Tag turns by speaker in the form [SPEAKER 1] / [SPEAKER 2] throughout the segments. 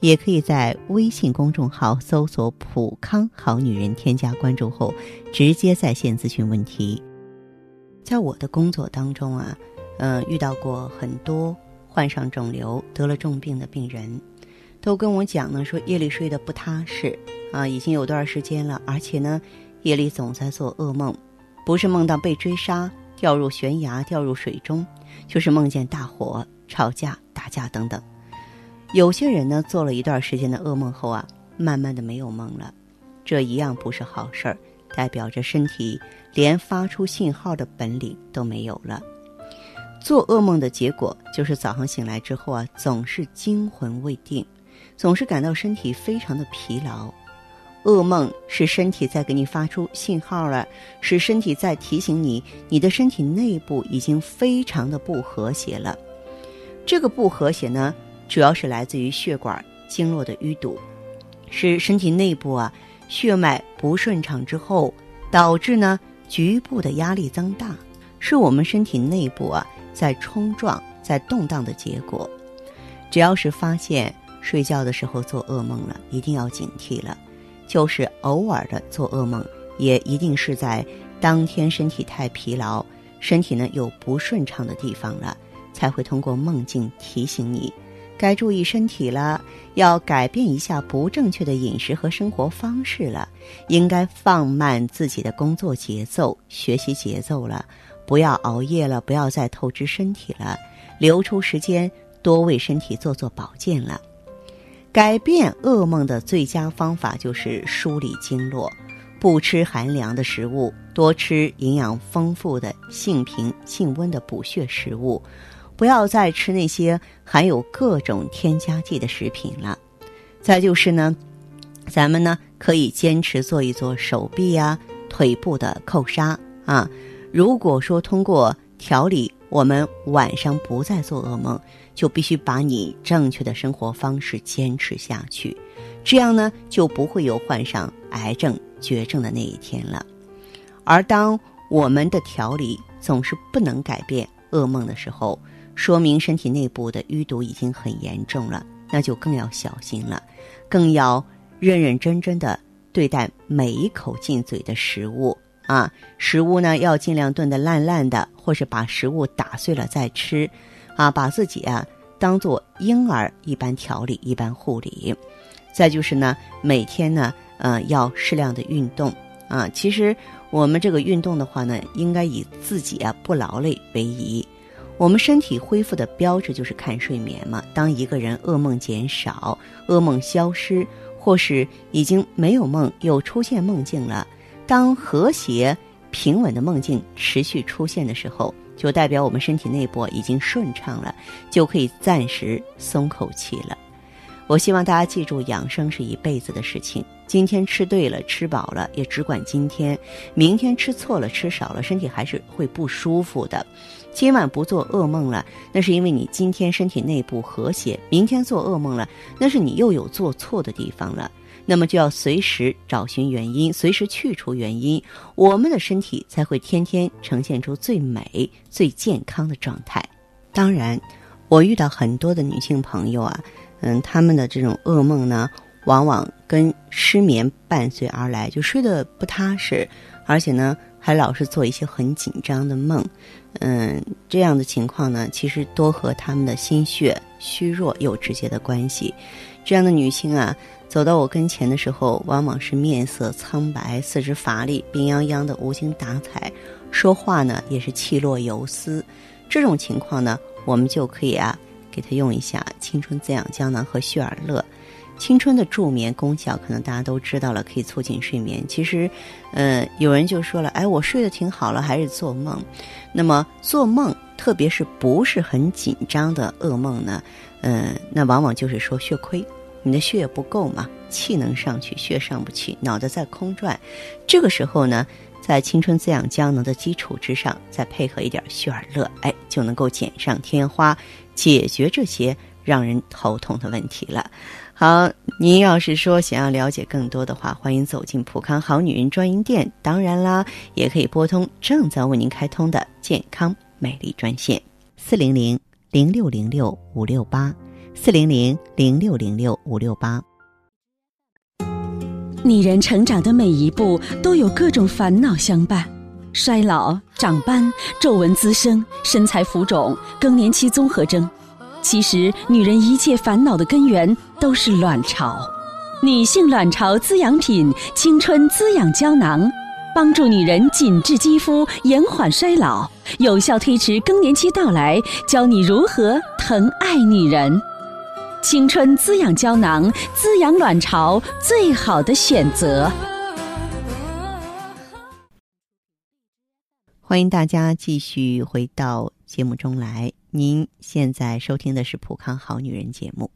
[SPEAKER 1] 也可以在微信公众号搜索“普康好女人”，添加关注后直接在线咨询问题。在我的工作当中啊，呃，遇到过很多患上肿瘤、得了重病的病人，都跟我讲呢，说夜里睡得不踏实。啊，已经有段时间了，而且呢，夜里总在做噩梦，不是梦到被追杀、掉入悬崖、掉入水中，就是梦见大火、吵架、打架等等。有些人呢，做了一段时间的噩梦后啊，慢慢的没有梦了，这一样不是好事儿，代表着身体连发出信号的本领都没有了。做噩梦的结果就是早上醒来之后啊，总是惊魂未定，总是感到身体非常的疲劳。噩梦是身体在给你发出信号了，是身体在提醒你，你的身体内部已经非常的不和谐了。这个不和谐呢，主要是来自于血管经络的淤堵，是身体内部啊血脉不顺畅之后，导致呢局部的压力增大，是我们身体内部啊在冲撞、在动荡的结果。只要是发现睡觉的时候做噩梦了，一定要警惕了。就是偶尔的做噩梦，也一定是在当天身体太疲劳，身体呢有不顺畅的地方了，才会通过梦境提醒你，该注意身体了，要改变一下不正确的饮食和生活方式了，应该放慢自己的工作节奏、学习节奏了，不要熬夜了，不要再透支身体了，留出时间多为身体做做保健了。改变噩梦的最佳方法就是梳理经络，不吃寒凉的食物，多吃营养丰富的性平性温的补血食物，不要再吃那些含有各种添加剂的食品了。再就是呢，咱们呢可以坚持做一做手臂啊、腿部的扣杀啊。如果说通过调理，我们晚上不再做噩梦。就必须把你正确的生活方式坚持下去，这样呢就不会有患上癌症、绝症的那一天了。而当我们的调理总是不能改变噩梦的时候，说明身体内部的淤堵已经很严重了，那就更要小心了，更要认认真真的对待每一口进嘴的食物。啊，食物呢要尽量炖得烂烂的，或是把食物打碎了再吃，啊，把自己啊当做婴儿一般调理、一般护理。再就是呢，每天呢，呃，要适量的运动啊。其实我们这个运动的话呢，应该以自己啊不劳累为宜。我们身体恢复的标志就是看睡眠嘛。当一个人噩梦减少、噩梦消失，或是已经没有梦又出现梦境了。当和谐平稳的梦境持续出现的时候，就代表我们身体内部已经顺畅了，就可以暂时松口气了。我希望大家记住，养生是一辈子的事情。今天吃对了，吃饱了，也只管今天；明天吃错了，吃少了，身体还是会不舒服的。今晚不做噩梦了，那是因为你今天身体内部和谐；明天做噩梦了，那是你又有做错的地方了。那么就要随时找寻原因，随时去除原因，我们的身体才会天天呈现出最美、最健康的状态。当然，我遇到很多的女性朋友啊，嗯，她们的这种噩梦呢，往往跟失眠伴随而来，就睡得不踏实，而且呢，还老是做一些很紧张的梦。嗯，这样的情况呢，其实多和她们的心血虚弱有直接的关系。这样的女性啊。走到我跟前的时候，往往是面色苍白、四肢乏力、病殃殃的，无精打采，说话呢也是气若游丝。这种情况呢，我们就可以啊，给他用一下青春滋养胶囊和血尔乐。青春的助眠功效，可能大家都知道了，可以促进睡眠。其实，呃，有人就说了，哎，我睡得挺好了，还是做梦。那么做梦，特别是不是很紧张的噩梦呢，嗯、呃，那往往就是说血亏。你的血液不够嘛，气能上去，血上不去，脑袋在空转。这个时候呢，在青春滋养胶囊的基础之上，再配合一点旭尔乐，哎，就能够锦上添花，解决这些让人头痛的问题了。好，您要是说想要了解更多的话，欢迎走进普康好女人专营店。当然啦，也可以拨通正在为您开通的健康美丽专线四零零零六零六五六八四零零零六零六五六八。
[SPEAKER 2] 女人成长的每一步都有各种烦恼相伴，衰老、长斑、皱纹滋生、身材浮肿、更年期综合征。其实，女人一切烦恼的根源都是卵巢。女性卵巢滋养品——青春滋养胶囊，帮助女人紧致肌肤、延缓衰老，有效推迟更年期到来，教你如何疼爱女人。青春滋养胶囊，滋养卵巢最好的选择。
[SPEAKER 1] 欢迎大家继续回到节目中来。您现在收听的是《普康好女人》节目，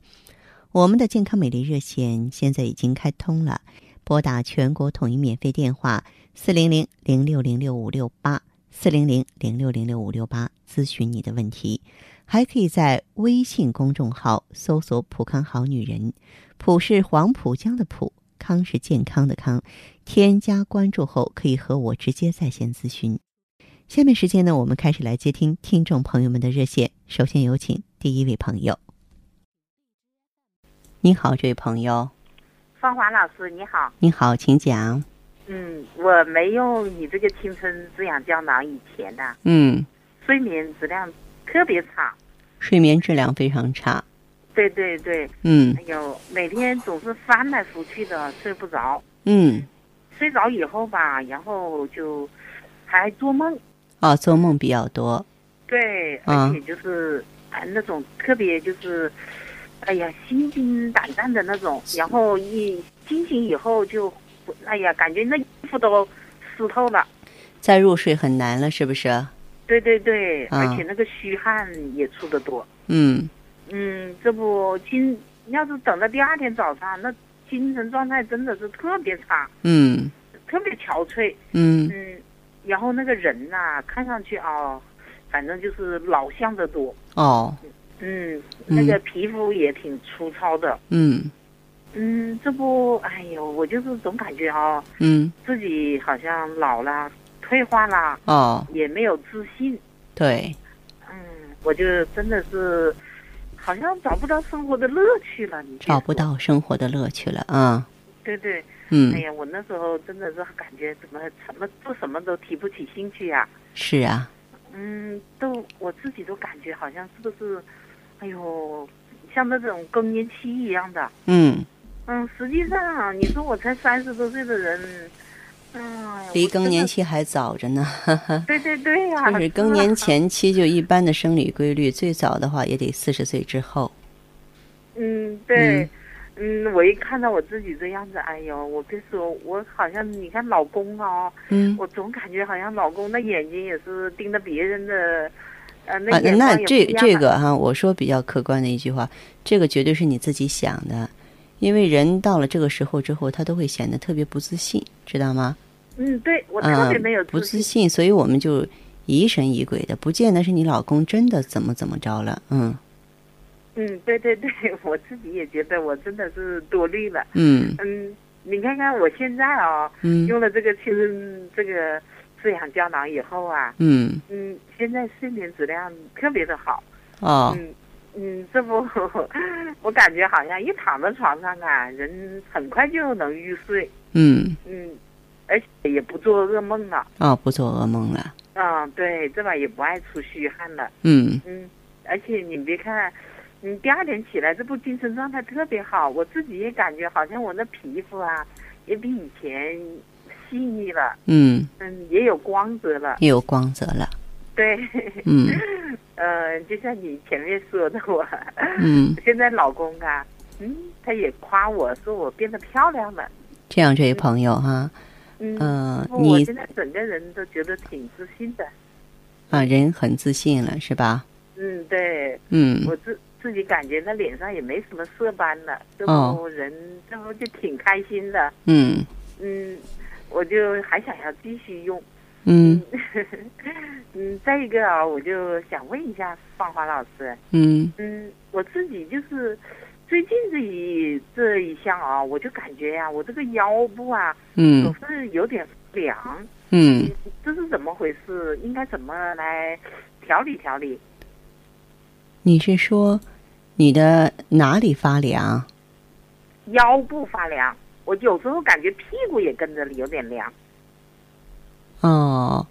[SPEAKER 1] 我们的健康美丽热线现在已经开通了，拨打全国统一免费电话四零零零六零六五六八四零零零六零六五六八咨询你的问题。还可以在微信公众号搜索“浦康好女人”，浦是黄浦江的浦，康是健康的康。添加关注后，可以和我直接在线咨询。下面时间呢，我们开始来接听听众朋友们的热线。首先有请第一位朋友。你好，这位朋友，
[SPEAKER 3] 芳华老师，你好。
[SPEAKER 1] 你好，请讲。
[SPEAKER 3] 嗯，我没用你这个青春滋养胶囊以前的
[SPEAKER 1] 嗯，
[SPEAKER 3] 睡眠质量特别差。
[SPEAKER 1] 睡眠质量非常差。
[SPEAKER 3] 对对对，
[SPEAKER 1] 嗯
[SPEAKER 3] 哎呦，每天总是翻来覆去的，睡不着。
[SPEAKER 1] 嗯，
[SPEAKER 3] 睡着以后吧，然后就还做梦，
[SPEAKER 1] 啊，做梦比较多。
[SPEAKER 3] 对，
[SPEAKER 1] 啊
[SPEAKER 3] 而且就是哎那种特别就是，哎呀心惊胆战的那种。然后一惊醒以后就，哎呀感觉那衣服都湿透了。
[SPEAKER 1] 再入睡很难了，是不是？
[SPEAKER 3] 对对对，
[SPEAKER 1] 啊
[SPEAKER 3] 而且那个虚汗也出的多。
[SPEAKER 1] 嗯
[SPEAKER 3] 嗯，这不今要是等到第二天早上，那精神状态真的是特别差，
[SPEAKER 1] 嗯
[SPEAKER 3] 特别憔悴。
[SPEAKER 1] 嗯
[SPEAKER 3] 嗯，然后那个人呐、看上去啊、反正就是老相的多。
[SPEAKER 1] 哦
[SPEAKER 3] 嗯，
[SPEAKER 1] 嗯
[SPEAKER 3] 那个皮肤也挺粗糙的。
[SPEAKER 1] 嗯
[SPEAKER 3] 嗯，这不，哎呦，我就是总感觉啊、
[SPEAKER 1] 嗯
[SPEAKER 3] 自己好像老了、退化了，
[SPEAKER 1] 哦，
[SPEAKER 3] 也没有自信。
[SPEAKER 1] 对，
[SPEAKER 3] 嗯，我就真的是，好像找不到生活的乐趣了。你别
[SPEAKER 1] 找不
[SPEAKER 3] 说，
[SPEAKER 1] 到生活的乐趣了啊。
[SPEAKER 3] 对对，
[SPEAKER 1] 嗯
[SPEAKER 3] 哎，呀，我那时候真的是感觉怎么什么做什么都提不起兴趣呀、
[SPEAKER 1] 是啊，
[SPEAKER 3] 嗯，都我自己都感觉好像是不是，哎呦，像那种更年期一样的。
[SPEAKER 1] 嗯，
[SPEAKER 3] 嗯，实际上啊你说我才三十多岁的人，嗯，
[SPEAKER 1] 离
[SPEAKER 3] 我真
[SPEAKER 1] 更年
[SPEAKER 3] 的，
[SPEAKER 1] 期还早着呢，
[SPEAKER 3] 对对对呀、
[SPEAKER 1] 就是更年
[SPEAKER 3] 啊
[SPEAKER 1] 前期就一般的生理规律，最早的话也得四十岁之后。
[SPEAKER 3] 嗯，对，嗯，我一看到我自己这样子，哎呦，我跟说，我好像你看老公啊、
[SPEAKER 1] 嗯，
[SPEAKER 3] 我总感觉好像老公那眼睛也是盯着别人的，呃，那
[SPEAKER 1] 啊，
[SPEAKER 3] 眼
[SPEAKER 1] 那
[SPEAKER 3] 光也不
[SPEAKER 1] 这
[SPEAKER 3] 一样
[SPEAKER 1] 这
[SPEAKER 3] 啊
[SPEAKER 1] 个哈、我说比较客观的一句话，这个绝对是你自己想的，因为人到了这个时候之后，他都会显得特别不自信，知道吗？
[SPEAKER 3] 嗯，对我特
[SPEAKER 1] 啊，
[SPEAKER 3] 别没有
[SPEAKER 1] 不自
[SPEAKER 3] 信。
[SPEAKER 1] 信，所以我们就疑神疑鬼的，不见得是你老公真的怎么怎么着了。嗯
[SPEAKER 3] 嗯，对对对，我自己也觉得我真的是多虑了。
[SPEAKER 1] 嗯
[SPEAKER 3] 嗯，你看看我现在啊、
[SPEAKER 1] 嗯
[SPEAKER 3] 用了这个青春这个滋养胶囊以后啊，
[SPEAKER 1] 嗯
[SPEAKER 3] 嗯，现在睡眠质量特别的好。
[SPEAKER 1] 哦
[SPEAKER 3] 嗯嗯，这不，我感觉好像一躺在床上啊，人很快就能入睡。
[SPEAKER 1] 嗯
[SPEAKER 3] 嗯，而且也不做噩梦了。
[SPEAKER 1] 哦，不做噩梦了。
[SPEAKER 3] 啊，对，这把也不爱出虚汗了。
[SPEAKER 1] 嗯
[SPEAKER 3] 嗯，而且你别看，你第二天起来，这不精神状态特别好，我自己也感觉好像我那皮肤啊，也比以前细腻了，
[SPEAKER 1] 嗯，
[SPEAKER 3] 嗯，也有光泽了。
[SPEAKER 1] 也有光泽了。
[SPEAKER 3] 对，
[SPEAKER 1] 嗯
[SPEAKER 3] 呃，就像你前面说的我，
[SPEAKER 1] 嗯，
[SPEAKER 3] 现在老公啊，嗯，他也夸我说我变得漂亮了。
[SPEAKER 1] 这样，这位朋友哈，
[SPEAKER 3] 嗯，
[SPEAKER 1] 嗯、
[SPEAKER 3] 我
[SPEAKER 1] 你
[SPEAKER 3] 现在整个人都觉得挺自信的。
[SPEAKER 1] 啊人很自信了是吧？
[SPEAKER 3] 嗯，对，
[SPEAKER 1] 嗯
[SPEAKER 3] 我自自己感觉那脸上也没什么色斑了，这
[SPEAKER 1] 哦
[SPEAKER 3] 不人这不就挺开心的。
[SPEAKER 1] 嗯
[SPEAKER 3] 嗯，我我就还想要继续用。
[SPEAKER 1] 嗯
[SPEAKER 3] 嗯，再一个啊，我就想问一下芳华老师，
[SPEAKER 1] 嗯
[SPEAKER 3] 嗯，我自己就是最近这一这一项啊，我就感觉呀、我这个腰部啊总
[SPEAKER 1] 嗯
[SPEAKER 3] 是有点凉，
[SPEAKER 1] 嗯，
[SPEAKER 3] 这是怎么回事？应该怎么来调理调理？
[SPEAKER 1] 你是说你的哪里发凉？
[SPEAKER 3] 腰部发凉，我有时候感觉屁股也跟着有点凉。
[SPEAKER 1] 哦，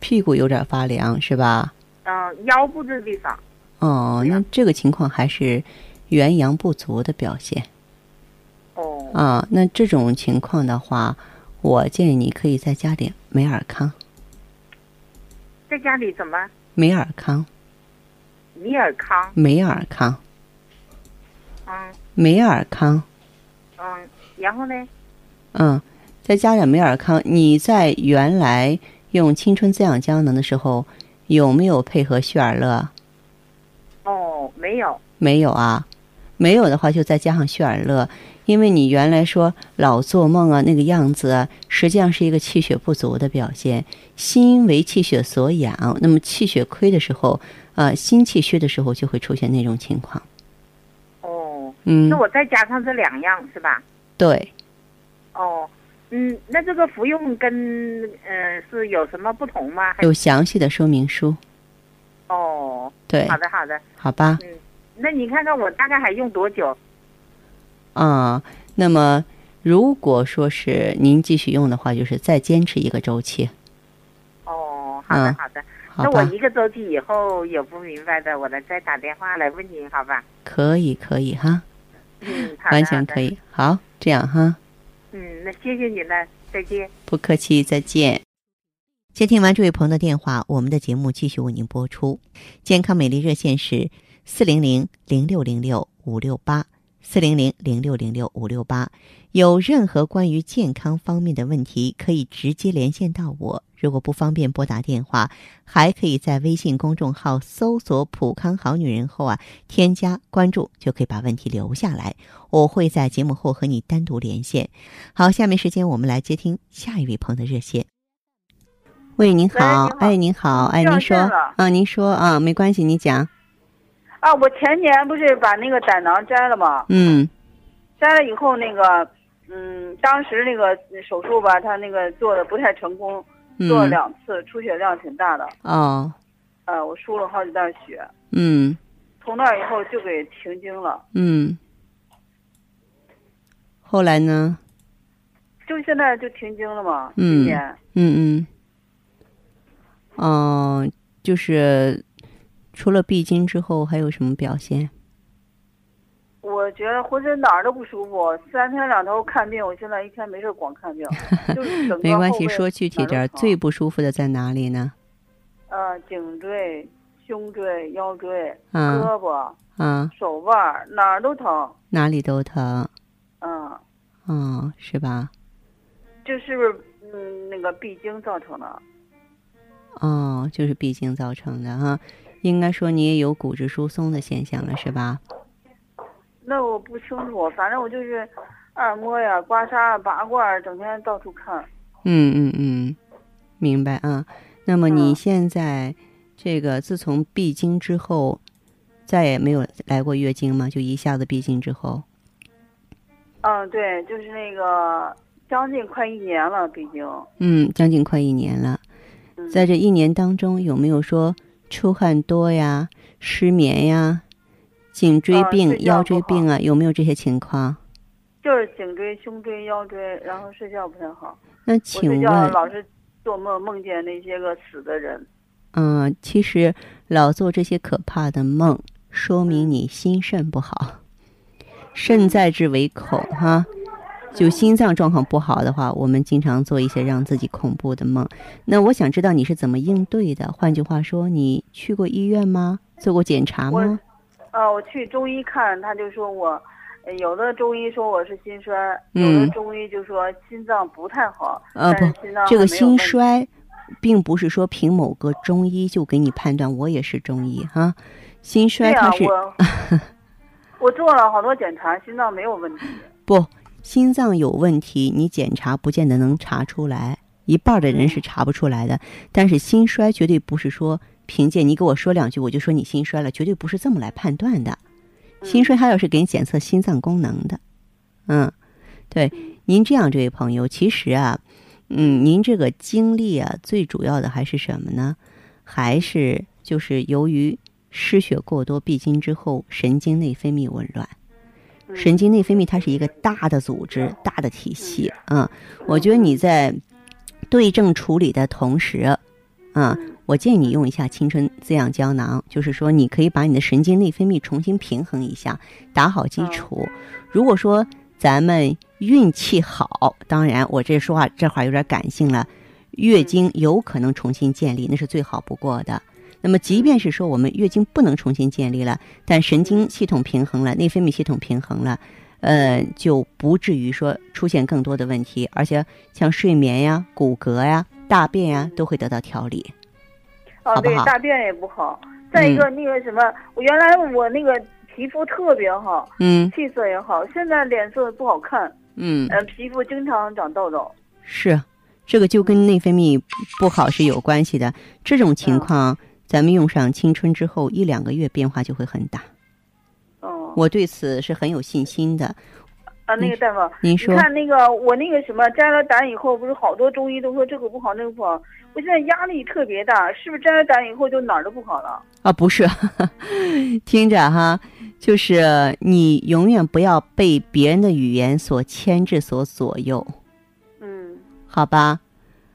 [SPEAKER 1] 屁股有点发凉是吧？
[SPEAKER 3] 嗯、腰部这地方，
[SPEAKER 1] 哦，那这个情况还是元阳不足的表现
[SPEAKER 3] 哦，
[SPEAKER 1] 啊。那这种情况的话，我建议你可以再加点美尔康。
[SPEAKER 3] 在家里怎么
[SPEAKER 1] 美尔康，
[SPEAKER 3] 米尔康？
[SPEAKER 1] 美尔康，
[SPEAKER 3] 嗯
[SPEAKER 1] 美尔康，
[SPEAKER 3] 嗯，然后呢？
[SPEAKER 1] 嗯，再加点美尔康。你在原来用青春滋养胶囊的时候，有没有配合旭尔乐？
[SPEAKER 3] 哦，没有，
[SPEAKER 1] 没有啊，没有的话就再加上旭尔乐，因为你原来说老做梦啊那个样子啊，实际上是一个气血不足的表现。心为气血所养，那么气血亏的时候，呃，心气虚的时候就会出现那种情况。
[SPEAKER 3] 哦，
[SPEAKER 1] 嗯
[SPEAKER 3] 那，我再加上这两样是吧？
[SPEAKER 1] 对，
[SPEAKER 3] 哦，嗯，那这个服用跟呃是有什么不同吗？还
[SPEAKER 1] 有详细的说明书。
[SPEAKER 3] 哦，
[SPEAKER 1] 对
[SPEAKER 3] 好，的好的，
[SPEAKER 1] 好吧。
[SPEAKER 3] 那你看看我大概还用多久？
[SPEAKER 1] 啊、那么如果说是您继续用的话，就是再坚持一个周期，
[SPEAKER 3] 哦，好的
[SPEAKER 1] 嗯
[SPEAKER 3] 好的，
[SPEAKER 1] 好
[SPEAKER 3] 那我
[SPEAKER 1] 吧？
[SPEAKER 3] 一个周期以后有不明白的，我来再打电话来问您，好 吧？
[SPEAKER 1] 可以，可以哈，
[SPEAKER 3] 嗯，好的
[SPEAKER 1] 完全
[SPEAKER 3] 好的
[SPEAKER 1] 可以。好，这样哈，
[SPEAKER 3] 嗯，那谢谢您了，再见。
[SPEAKER 1] 不客气，再见。接听完这位朋友的电话，我们的节目继续为您播出。健康美丽热线是四零零零六零六五六八四零零零六零六五六八。有任何关于健康方面的问题，可以直接连线到我。如果不方便拨打电话，还可以在微信公众号搜索“普康好女人”后啊，添加关注就可以把问题留下来，我会在节目后和你单独连线。好，下面时间我们来接听下一位朋友的热线。喂，您好，哎，
[SPEAKER 4] 喂
[SPEAKER 1] 您好，哎，
[SPEAKER 4] 掉
[SPEAKER 1] 您说
[SPEAKER 4] 线了
[SPEAKER 1] 啊，您说啊，没关系，你讲，
[SPEAKER 4] 啊，我前年不是把那个胆囊摘了吗？
[SPEAKER 1] 嗯
[SPEAKER 4] 摘了以后，那个，嗯，当时那个手术吧，他那个做的不太成功，
[SPEAKER 1] 嗯，
[SPEAKER 4] 做了两次，出血量挺大的，
[SPEAKER 1] 哦，
[SPEAKER 4] 呃，我输了好几袋血。
[SPEAKER 1] 嗯
[SPEAKER 4] 从那以后就给停经了，
[SPEAKER 1] 嗯，后来呢？
[SPEAKER 4] 就现在就停经了嘛。今
[SPEAKER 1] 嗯
[SPEAKER 4] 年
[SPEAKER 1] 嗯嗯，哦、就是除了闭经之后还有什么表现？
[SPEAKER 4] 我觉得浑身哪儿都不舒服，三天两头看病，我现在一天没事儿光看 病，就是整个
[SPEAKER 1] 没关
[SPEAKER 4] 后
[SPEAKER 1] 系，
[SPEAKER 4] 背
[SPEAKER 1] 说具体
[SPEAKER 4] 哪都
[SPEAKER 1] 点儿，
[SPEAKER 4] 疼
[SPEAKER 1] 最不舒服的在哪里呢？
[SPEAKER 4] 呃颈椎、胸椎、腰椎、
[SPEAKER 1] 啊
[SPEAKER 4] 胳膊、
[SPEAKER 1] 啊，
[SPEAKER 4] 手腕儿哪儿都疼，
[SPEAKER 1] 哪里都疼，
[SPEAKER 4] 嗯。
[SPEAKER 1] 啊，是吧？
[SPEAKER 4] 这是不是嗯那个闭经造成的？
[SPEAKER 1] 哦，就是闭经造成的哈、应该说你也有骨质疏松的现象了，是吧？
[SPEAKER 4] 那我不清楚，反正我就是按摩呀、刮痧啊、拔罐儿，整天到处看。
[SPEAKER 1] 嗯嗯嗯，明白啊。那么你
[SPEAKER 4] 嗯
[SPEAKER 1] 现在这个自从闭经之后，再也没有来过月经吗？就一下子闭经之后？
[SPEAKER 4] 嗯，对，就是那个将近快一年了，闭经。
[SPEAKER 1] 嗯，将近快一年了。
[SPEAKER 4] 嗯、
[SPEAKER 1] 在这一年当中，有没有说出汗多呀、失眠呀、颈椎
[SPEAKER 4] 呃
[SPEAKER 1] 病、
[SPEAKER 4] 睡觉
[SPEAKER 1] 腰
[SPEAKER 4] 不
[SPEAKER 1] 椎病啊？有没有这些情况？
[SPEAKER 4] 就是颈椎、胸椎、腰椎，然后睡觉不太好。
[SPEAKER 1] 那
[SPEAKER 4] 我
[SPEAKER 1] 请
[SPEAKER 4] 睡
[SPEAKER 1] 问，
[SPEAKER 4] 觉老是做梦，梦见那些个死的人。
[SPEAKER 1] 嗯，其实老做这些可怕的梦，说
[SPEAKER 4] 嗯
[SPEAKER 1] 明你心肾不好，肾在治为恐哈。就心脏状况不好的话，我们经常做一些让自己恐怖的梦。那我想知道你是怎么应对的？换句话说，你去过医院吗？做过检查
[SPEAKER 4] 我
[SPEAKER 1] 吗？
[SPEAKER 4] 啊，我去中医看，他就说我，呃有的中医说我是心衰，有的
[SPEAKER 1] 嗯
[SPEAKER 4] 中医就说心脏不太好，
[SPEAKER 1] 呃
[SPEAKER 4] 但是
[SPEAKER 1] 不
[SPEAKER 4] 心脏
[SPEAKER 1] 这个
[SPEAKER 4] 还没有
[SPEAKER 1] 心
[SPEAKER 4] 问题
[SPEAKER 1] 衰，并不是说凭某个中医就给你判断。我也是中医哈，心衰
[SPEAKER 4] 对啊呀，
[SPEAKER 1] 它 是、
[SPEAKER 4] 我我做了好多检查，心脏没有问题。
[SPEAKER 1] 不，心脏有问题，你检查不见得能查出来，一半儿的人是查不出来的。但是心衰绝对不是说凭借你给我说两句我就说你心衰了，绝对不是这么来判断的。
[SPEAKER 4] 嗯
[SPEAKER 3] 嗯
[SPEAKER 1] 心衰还有是给你检测心脏功能的，嗯，对，您这样这位朋友，其实啊，嗯，您这个经历啊，最主要的还是什么呢？还是就是由于失血过多闭经之后，神经内分泌紊乱。
[SPEAKER 4] 嗯
[SPEAKER 1] 神经内分泌它是一个大的组织、大的体系啊。我觉得你在对症处理的同时，啊，
[SPEAKER 4] 嗯
[SPEAKER 1] 我建议你用一下青春滋养胶囊，就是说你可以把你的神经内分泌重新平衡一下，打好基础。如果说咱们运气好，当然我这说话这话有点感性了，月经有可能重新建立，那是最好不过的。那么，即便是说我们月经不能重新建立了，但神经系统平衡了，内分泌系统平衡了，呃，就不至于说出现更多的问题，而且像睡眠呀、骨骼呀、大便呀都会得到调理。
[SPEAKER 4] 啊，
[SPEAKER 1] 好不
[SPEAKER 4] 对
[SPEAKER 1] 好，嗯
[SPEAKER 4] 大便也不好。再一个，那个什么，我原来我那个皮肤特别好，
[SPEAKER 1] 嗯
[SPEAKER 4] 气色也好，现在脸色不好看，
[SPEAKER 1] 嗯，
[SPEAKER 4] 呃，皮肤经常长痘痘。
[SPEAKER 1] 是，这个就跟内分泌不好是有关系的。这种情况，咱们用上青春之后一两个月变化就会很大。
[SPEAKER 4] 嗯，
[SPEAKER 1] 我对此是很有信心的。
[SPEAKER 4] 啊，那个大夫，
[SPEAKER 1] 您
[SPEAKER 4] 你
[SPEAKER 1] 说，
[SPEAKER 4] 看那个我那个什么摘了胆以后，不是好多中医都说这个不好那个不好，我现在压力特别大，是不是摘了胆以后就哪儿都不好了？
[SPEAKER 1] 啊，不是， 听着哈，就是你永远不要被别人的语言所牵制、所左右，
[SPEAKER 4] 嗯
[SPEAKER 1] 好吧？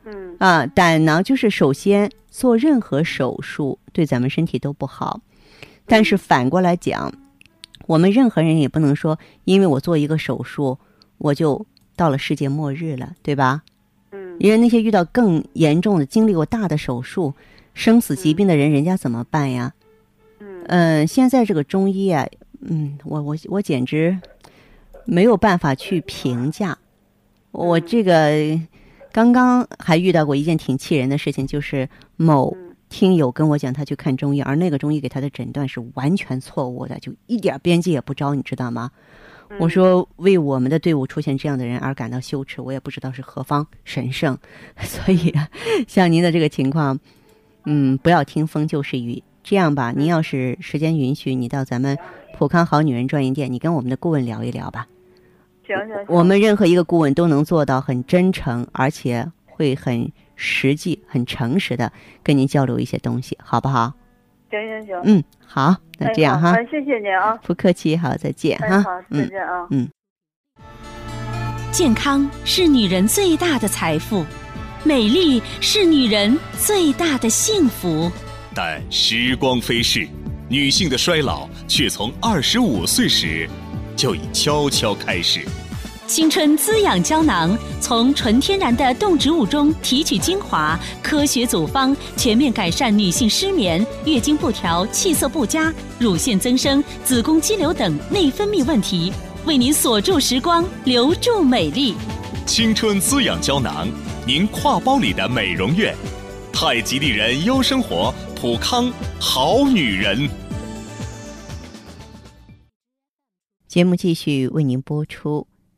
[SPEAKER 4] 嗯
[SPEAKER 1] 啊，胆囊就是首先做任何手术对咱们身体都不好，但是反过来讲，我们任何人也不能说，因为我做一个手术，我就到了世界末日了，对吧？
[SPEAKER 4] 嗯
[SPEAKER 1] 因为那些遇到更严重的、经历过大的手术、生死疾病的人，人家怎么办呀？
[SPEAKER 4] 嗯
[SPEAKER 1] 嗯，现在这个中医啊，嗯，我我我简直没有办法去评价。我
[SPEAKER 4] 嗯
[SPEAKER 1] 这个刚刚还遇到过一件挺气人的事情，就是某
[SPEAKER 4] 嗯
[SPEAKER 1] 听友跟我讲他去看中医，而那个中医给他的诊断是完全错误的，就一点儿边际也不着，你知道吗？
[SPEAKER 4] 嗯
[SPEAKER 1] 我说为我们的队伍出现这样的人而感到羞耻，我也不知道是何方神圣， 所以啊像您的这个情况，嗯，不要听风就是雨。这样
[SPEAKER 4] 嗯
[SPEAKER 1] 吧，您要是时间允许，你到咱们普康好女人专营店，你跟我们的顾问聊一聊吧。
[SPEAKER 4] 行行行，
[SPEAKER 1] 我们任何一个顾问都能做到很真诚，而且会很实际、很诚实的跟您交流一些东西，好不好？
[SPEAKER 4] 行行行，
[SPEAKER 1] 嗯，好，
[SPEAKER 4] 哎
[SPEAKER 1] 那这样
[SPEAKER 4] 好
[SPEAKER 1] 哈，
[SPEAKER 4] 哎谢谢您啊，
[SPEAKER 1] 不客气，好，再见
[SPEAKER 4] 哎
[SPEAKER 1] 哈
[SPEAKER 4] 好，，再
[SPEAKER 1] 嗯。
[SPEAKER 4] 见啊。
[SPEAKER 2] 健康是女人最大的财富，美丽是女人最大的幸福。
[SPEAKER 5] 但时光飞逝，女性的衰老却从二十五岁时就已悄悄开始。
[SPEAKER 2] 青春滋养胶囊从纯天然的动植物中提取精华，科学组方，全面改善女性失眠、月经不调、气色不佳、乳腺增生、子宫肌瘤等内分泌问题，为您锁住时光，留住美丽。
[SPEAKER 5] 青春滋养胶囊，您挎包里的美容院，太极丽人优生活，普康好女人。
[SPEAKER 1] 节目继续为您播出。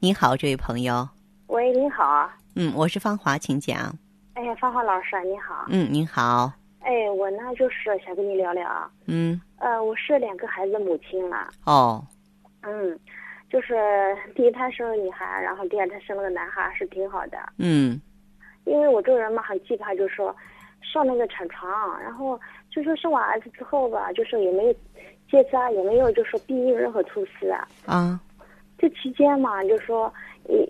[SPEAKER 1] 你好，这位朋友，
[SPEAKER 6] 喂，您好。啊
[SPEAKER 1] 嗯，我是芳华，请讲。
[SPEAKER 6] 哎呀，芳华老师，你好。
[SPEAKER 1] 嗯，您好，
[SPEAKER 6] 哎，我呢就是想跟你聊聊。
[SPEAKER 1] 嗯，
[SPEAKER 6] 呃，我是两个孩子的母亲了。
[SPEAKER 1] 哦，
[SPEAKER 6] 嗯，就是第一胎生了女孩，然后第二胎生了个男孩，是挺好的。
[SPEAKER 1] 嗯，
[SPEAKER 6] 因为我这个人嘛，很惧怕，就是说上那个产床，然后就说生完儿子之后吧，就是也没有结扎，也没有就是说避孕任何措施啊。
[SPEAKER 1] 啊，
[SPEAKER 6] 这期间嘛，就说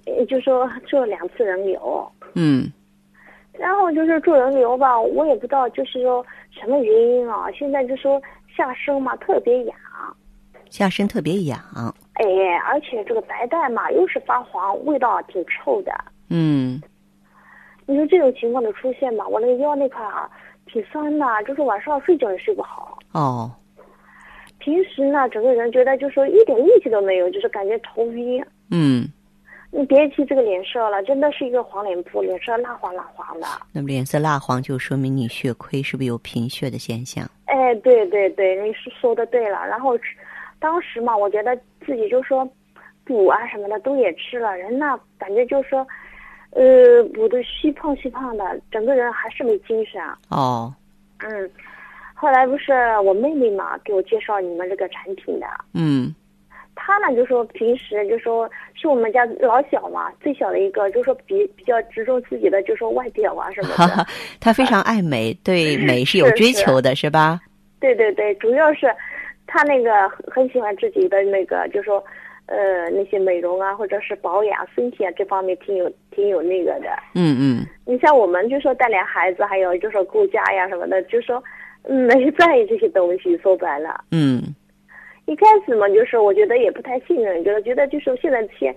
[SPEAKER 6] 也就说做了两次人流。
[SPEAKER 1] 嗯，
[SPEAKER 6] 然后就是做人流吧，我也不知道就是说什么原因啊。现在就说下身嘛特别痒，
[SPEAKER 1] 下身特别痒，
[SPEAKER 6] 哎，而且这个白带嘛又是发黄，味道挺臭的。
[SPEAKER 7] 嗯
[SPEAKER 6] 你说这种情况的出现吧，我那个腰那块啊挺酸的，就是晚上睡觉也睡不好。
[SPEAKER 7] 哦
[SPEAKER 6] 平时呢，整个人觉得就说一点力气都没有，就是感觉头晕。
[SPEAKER 7] 嗯，
[SPEAKER 6] 你别提这个脸色了，真的是一个黄脸婆，脸色蜡黄蜡黄的。
[SPEAKER 1] 那么脸色蜡黄就说明你血亏，是不是有贫血的现象？
[SPEAKER 6] 哎，对对对，你说说的对了。然后吃，当时嘛，我觉得自己就说补啊什么的都也吃了，人呢感觉就说，呃，补的虚胖虚胖的，整个人还是没精神。啊
[SPEAKER 7] 哦
[SPEAKER 6] 嗯，后来不是我妹妹嘛给我介绍你们这个产品的，
[SPEAKER 7] 嗯
[SPEAKER 6] 她呢就说平时就说是我们家老小嘛，最小的一个，就说比比较注重自己的就说外表啊什么
[SPEAKER 1] 哈
[SPEAKER 6] 的
[SPEAKER 1] 哈。， 他非常爱美，对美是有
[SPEAKER 6] 是
[SPEAKER 1] 追
[SPEAKER 6] 是
[SPEAKER 1] 求的，是吧？
[SPEAKER 6] 对对对，主要是他那个很很喜欢自己的那个，就说呃那些美容啊，或者是保养身体啊这方面挺有挺有那个的。
[SPEAKER 7] 嗯嗯
[SPEAKER 6] 你像我们就说带俩孩子，还有就说顾家呀什么的，就说嗯没在意这些东西。说白了，
[SPEAKER 7] 嗯
[SPEAKER 6] 一开始嘛，就是我觉得也不太信任，觉得觉得就是现在这些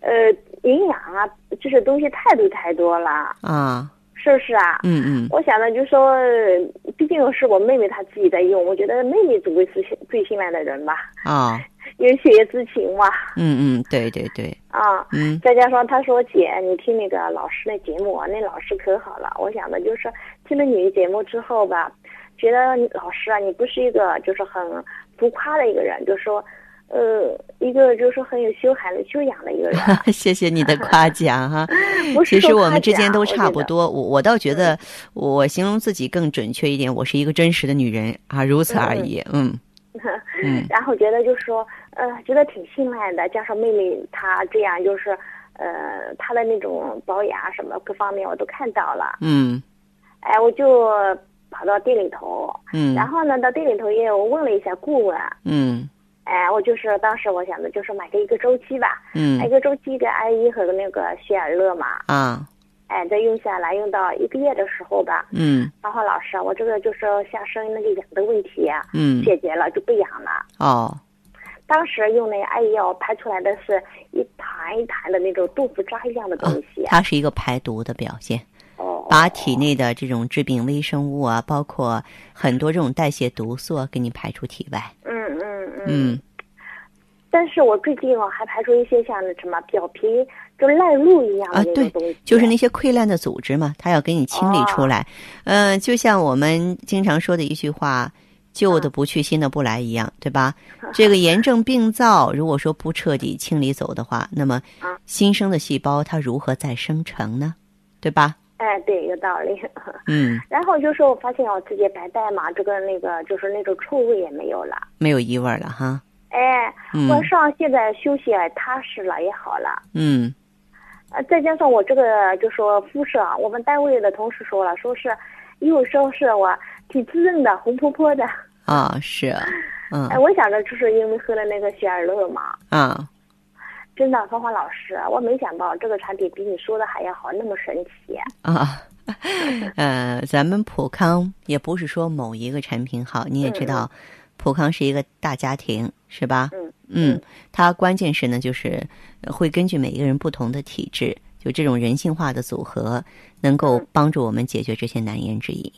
[SPEAKER 6] 呃营养啊这些东西太多太多了，
[SPEAKER 7] 啊
[SPEAKER 6] 是不是啊？
[SPEAKER 7] 嗯嗯
[SPEAKER 6] 我想呢，就说，呃毕竟是我妹妹她自己在用，我觉得妹妹总归是信最信赖的人吧，
[SPEAKER 7] 啊
[SPEAKER 6] 因为血液之情嘛，
[SPEAKER 7] 嗯嗯，对对对，
[SPEAKER 6] 啊。
[SPEAKER 7] 嗯
[SPEAKER 6] 再加上她说姐，你听那个老师那节目啊，那老师可好了。我想的就是听了你的节目之后吧，觉得你老师啊，你不是一个就是很浮夸的一个人，就说，呃，一个就是很有修涵的修养的 一个人，
[SPEAKER 1] 谢谢你的夸奖哈。
[SPEAKER 6] 不
[SPEAKER 1] 其
[SPEAKER 6] 是
[SPEAKER 1] 实
[SPEAKER 6] 说
[SPEAKER 1] 我
[SPEAKER 6] 夸
[SPEAKER 1] 们之间
[SPEAKER 6] 奖
[SPEAKER 1] 都
[SPEAKER 6] 我嗯
[SPEAKER 1] 差
[SPEAKER 6] 觉
[SPEAKER 1] 不
[SPEAKER 6] 得
[SPEAKER 1] 多，我我倒觉得我形容自己更准确一点，我是一个真实的女人啊，如此而已。嗯 嗯
[SPEAKER 6] 然后觉得就是说，呃，觉得挺信赖的，加上妹妹她这样就是，呃，她的那种保养啊什么各方面我都看到了，
[SPEAKER 7] 嗯
[SPEAKER 6] 哎，我就跑到店里头，
[SPEAKER 7] 嗯
[SPEAKER 6] 然后呢，到店里头也有问了一下顾问，
[SPEAKER 7] 嗯
[SPEAKER 6] 哎，我就是当时我想的就是买个一个周期吧，哎
[SPEAKER 7] 嗯
[SPEAKER 6] 一个周期一个 IE 和那个雪尔乐嘛，
[SPEAKER 7] 啊
[SPEAKER 6] 哎，再用下来用到一个月的时候吧，
[SPEAKER 7] 嗯
[SPEAKER 6] 然后老师啊，我这个就是下身那个痒的问题啊
[SPEAKER 7] 嗯
[SPEAKER 6] 解决了，就不痒了。
[SPEAKER 7] 哦
[SPEAKER 6] 当时用那个艾药排出来的是一团一团的那种豆腐渣一样的东
[SPEAKER 1] 啊
[SPEAKER 6] 西，，
[SPEAKER 1] 它是一个排毒的表现，
[SPEAKER 6] 哦，
[SPEAKER 1] 把体内的这种致病微生物啊，包括很多这种代谢毒素啊，给你排出体外。
[SPEAKER 6] 嗯嗯嗯。
[SPEAKER 7] 嗯
[SPEAKER 6] 但是我最近我哦还排出一些像什么表皮就烂肉一样
[SPEAKER 1] 啊
[SPEAKER 6] 的那
[SPEAKER 1] 对
[SPEAKER 6] 种东西，
[SPEAKER 1] 就是那些溃烂的组织嘛，它要给你清理出来。嗯、就像我们经常说的一句话。旧的不去，新的不来一样，对吧？这个炎症病灶，如果说不彻底清理走的话，那么
[SPEAKER 6] 啊
[SPEAKER 1] 新生的细胞它如何再生成呢？对吧？
[SPEAKER 6] 哎，对，有道理。
[SPEAKER 1] 嗯，
[SPEAKER 6] 然后就是我发现我自己白带嘛，这个那个就是那种臭味也没有了。
[SPEAKER 1] 没有异味了哈。
[SPEAKER 6] 哎，
[SPEAKER 7] 嗯
[SPEAKER 6] 晚上现在休息啊踏实了也好了，
[SPEAKER 7] 嗯
[SPEAKER 6] 呃，再加上我这个就说肤色啊，我们单位的同事说了，说是，又说是我挺滋润的，红扑扑的。
[SPEAKER 1] 啊、是，嗯
[SPEAKER 6] 哎，我想着就是因为喝了那个雪尔乐嘛，
[SPEAKER 1] 啊，
[SPEAKER 6] 真的，芳华老师，啊我没想到这个产品比你说的还要好，那么神奇。
[SPEAKER 1] 啊， 呃，咱们普康也不是说某一个产品好，你也知道，普康是一个大家庭，是吧？
[SPEAKER 6] 嗯
[SPEAKER 1] 嗯嗯，它关键是呢，就是呃会根据每一个人不同的体质，就这种人性化的组合，能够帮助我们解决这些难言之隐。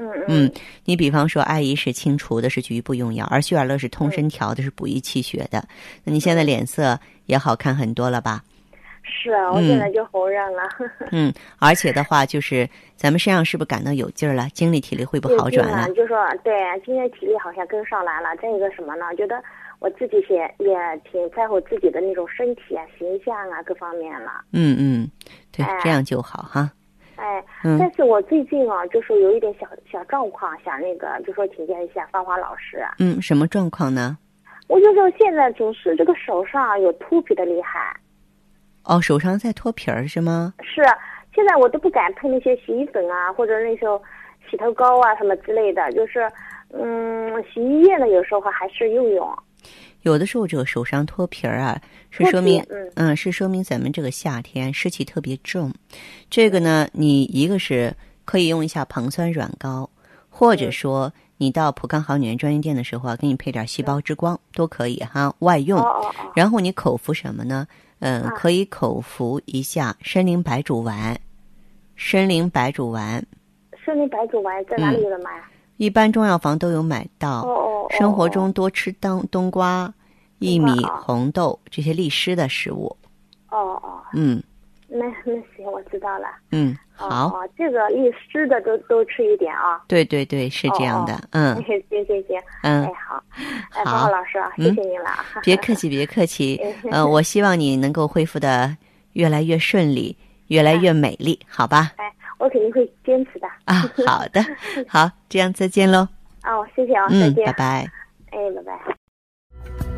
[SPEAKER 6] 嗯
[SPEAKER 1] 嗯，你比方说，艾依是清除的，是局部用药，而血尔乐是通身调的，是补益气血的。那你现在脸色也好看很多了吧？
[SPEAKER 6] 是啊，我现在就红润了，
[SPEAKER 1] 嗯，而且的话，就是咱们身上是不是感到有劲儿了？精力体力会不会好转啊了
[SPEAKER 6] 了。？就说对，今天体力好像跟上来了。再一个什么呢？觉得我自己也也挺在乎自己的那种身体啊、形象啊各方面了。
[SPEAKER 1] 嗯嗯，对
[SPEAKER 6] 哎，
[SPEAKER 1] 这样就好哈。
[SPEAKER 6] 哎，
[SPEAKER 1] 嗯
[SPEAKER 6] 但是我最近啊，就是有一点小小状况，想那个就说请教一下芳华老师。啊
[SPEAKER 1] 嗯，什么状况呢？
[SPEAKER 6] 我就说现在总是这个手上啊有秃皮的厉害，
[SPEAKER 1] 哦，手上在脱皮儿是吗？
[SPEAKER 6] 是现在我都不敢喷那些洗衣粉啊，或者那种洗头膏啊什么之类的，就是嗯，洗衣液呢有时候还是用哦用。
[SPEAKER 1] 有的时候这个手上脱皮儿啊，是
[SPEAKER 6] 脱
[SPEAKER 1] 说
[SPEAKER 6] 皮
[SPEAKER 1] 明，
[SPEAKER 6] 嗯
[SPEAKER 1] 是说明咱们这个夏天湿气特别重。这个呢，你一个是可以用一下硼酸软膏，或
[SPEAKER 6] 嗯
[SPEAKER 1] 者说你到浦康好女人专营店的时候啊，给你配点细胞之光都可以哈，外用。
[SPEAKER 6] 哦哦
[SPEAKER 1] 然后你口服什么呢？嗯、
[SPEAKER 6] 啊
[SPEAKER 1] 可以口服一下参苓白术丸。参苓白术丸
[SPEAKER 6] 哦，森林白术丸在哪里有的买？
[SPEAKER 1] 一般中药房都有买到。
[SPEAKER 6] 哦哦，哦
[SPEAKER 1] 嗯生活中多吃冬冬瓜、薏米、
[SPEAKER 6] 啊
[SPEAKER 1] 红豆这些利湿的食物。
[SPEAKER 6] 哦哦，
[SPEAKER 1] 嗯
[SPEAKER 6] 那那行，我知道了。
[SPEAKER 1] 嗯，
[SPEAKER 6] 哦
[SPEAKER 1] 好，
[SPEAKER 6] 哦，这个利湿的都都吃一点啊。
[SPEAKER 1] 对对对，是这样的。
[SPEAKER 6] 哎
[SPEAKER 1] 嗯
[SPEAKER 6] 行行行，
[SPEAKER 1] 嗯，
[SPEAKER 6] 哎好，哎，
[SPEAKER 1] 好
[SPEAKER 6] 包老师啊，谢
[SPEAKER 1] 嗯
[SPEAKER 6] 谢您了啊。
[SPEAKER 1] 别客气，别客气。呃，我希望你能够恢复的越来越顺利，
[SPEAKER 6] 啊
[SPEAKER 1] 越来越美丽，好吧？
[SPEAKER 6] 哎， 我肯定会坚持的。
[SPEAKER 1] 啊， 好的，好，这样再见喽。
[SPEAKER 6] 哦，谢谢啊，再
[SPEAKER 1] 嗯，
[SPEAKER 6] 见。
[SPEAKER 1] 拜。拜。
[SPEAKER 6] 哎，拜拜。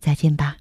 [SPEAKER 1] 再见吧。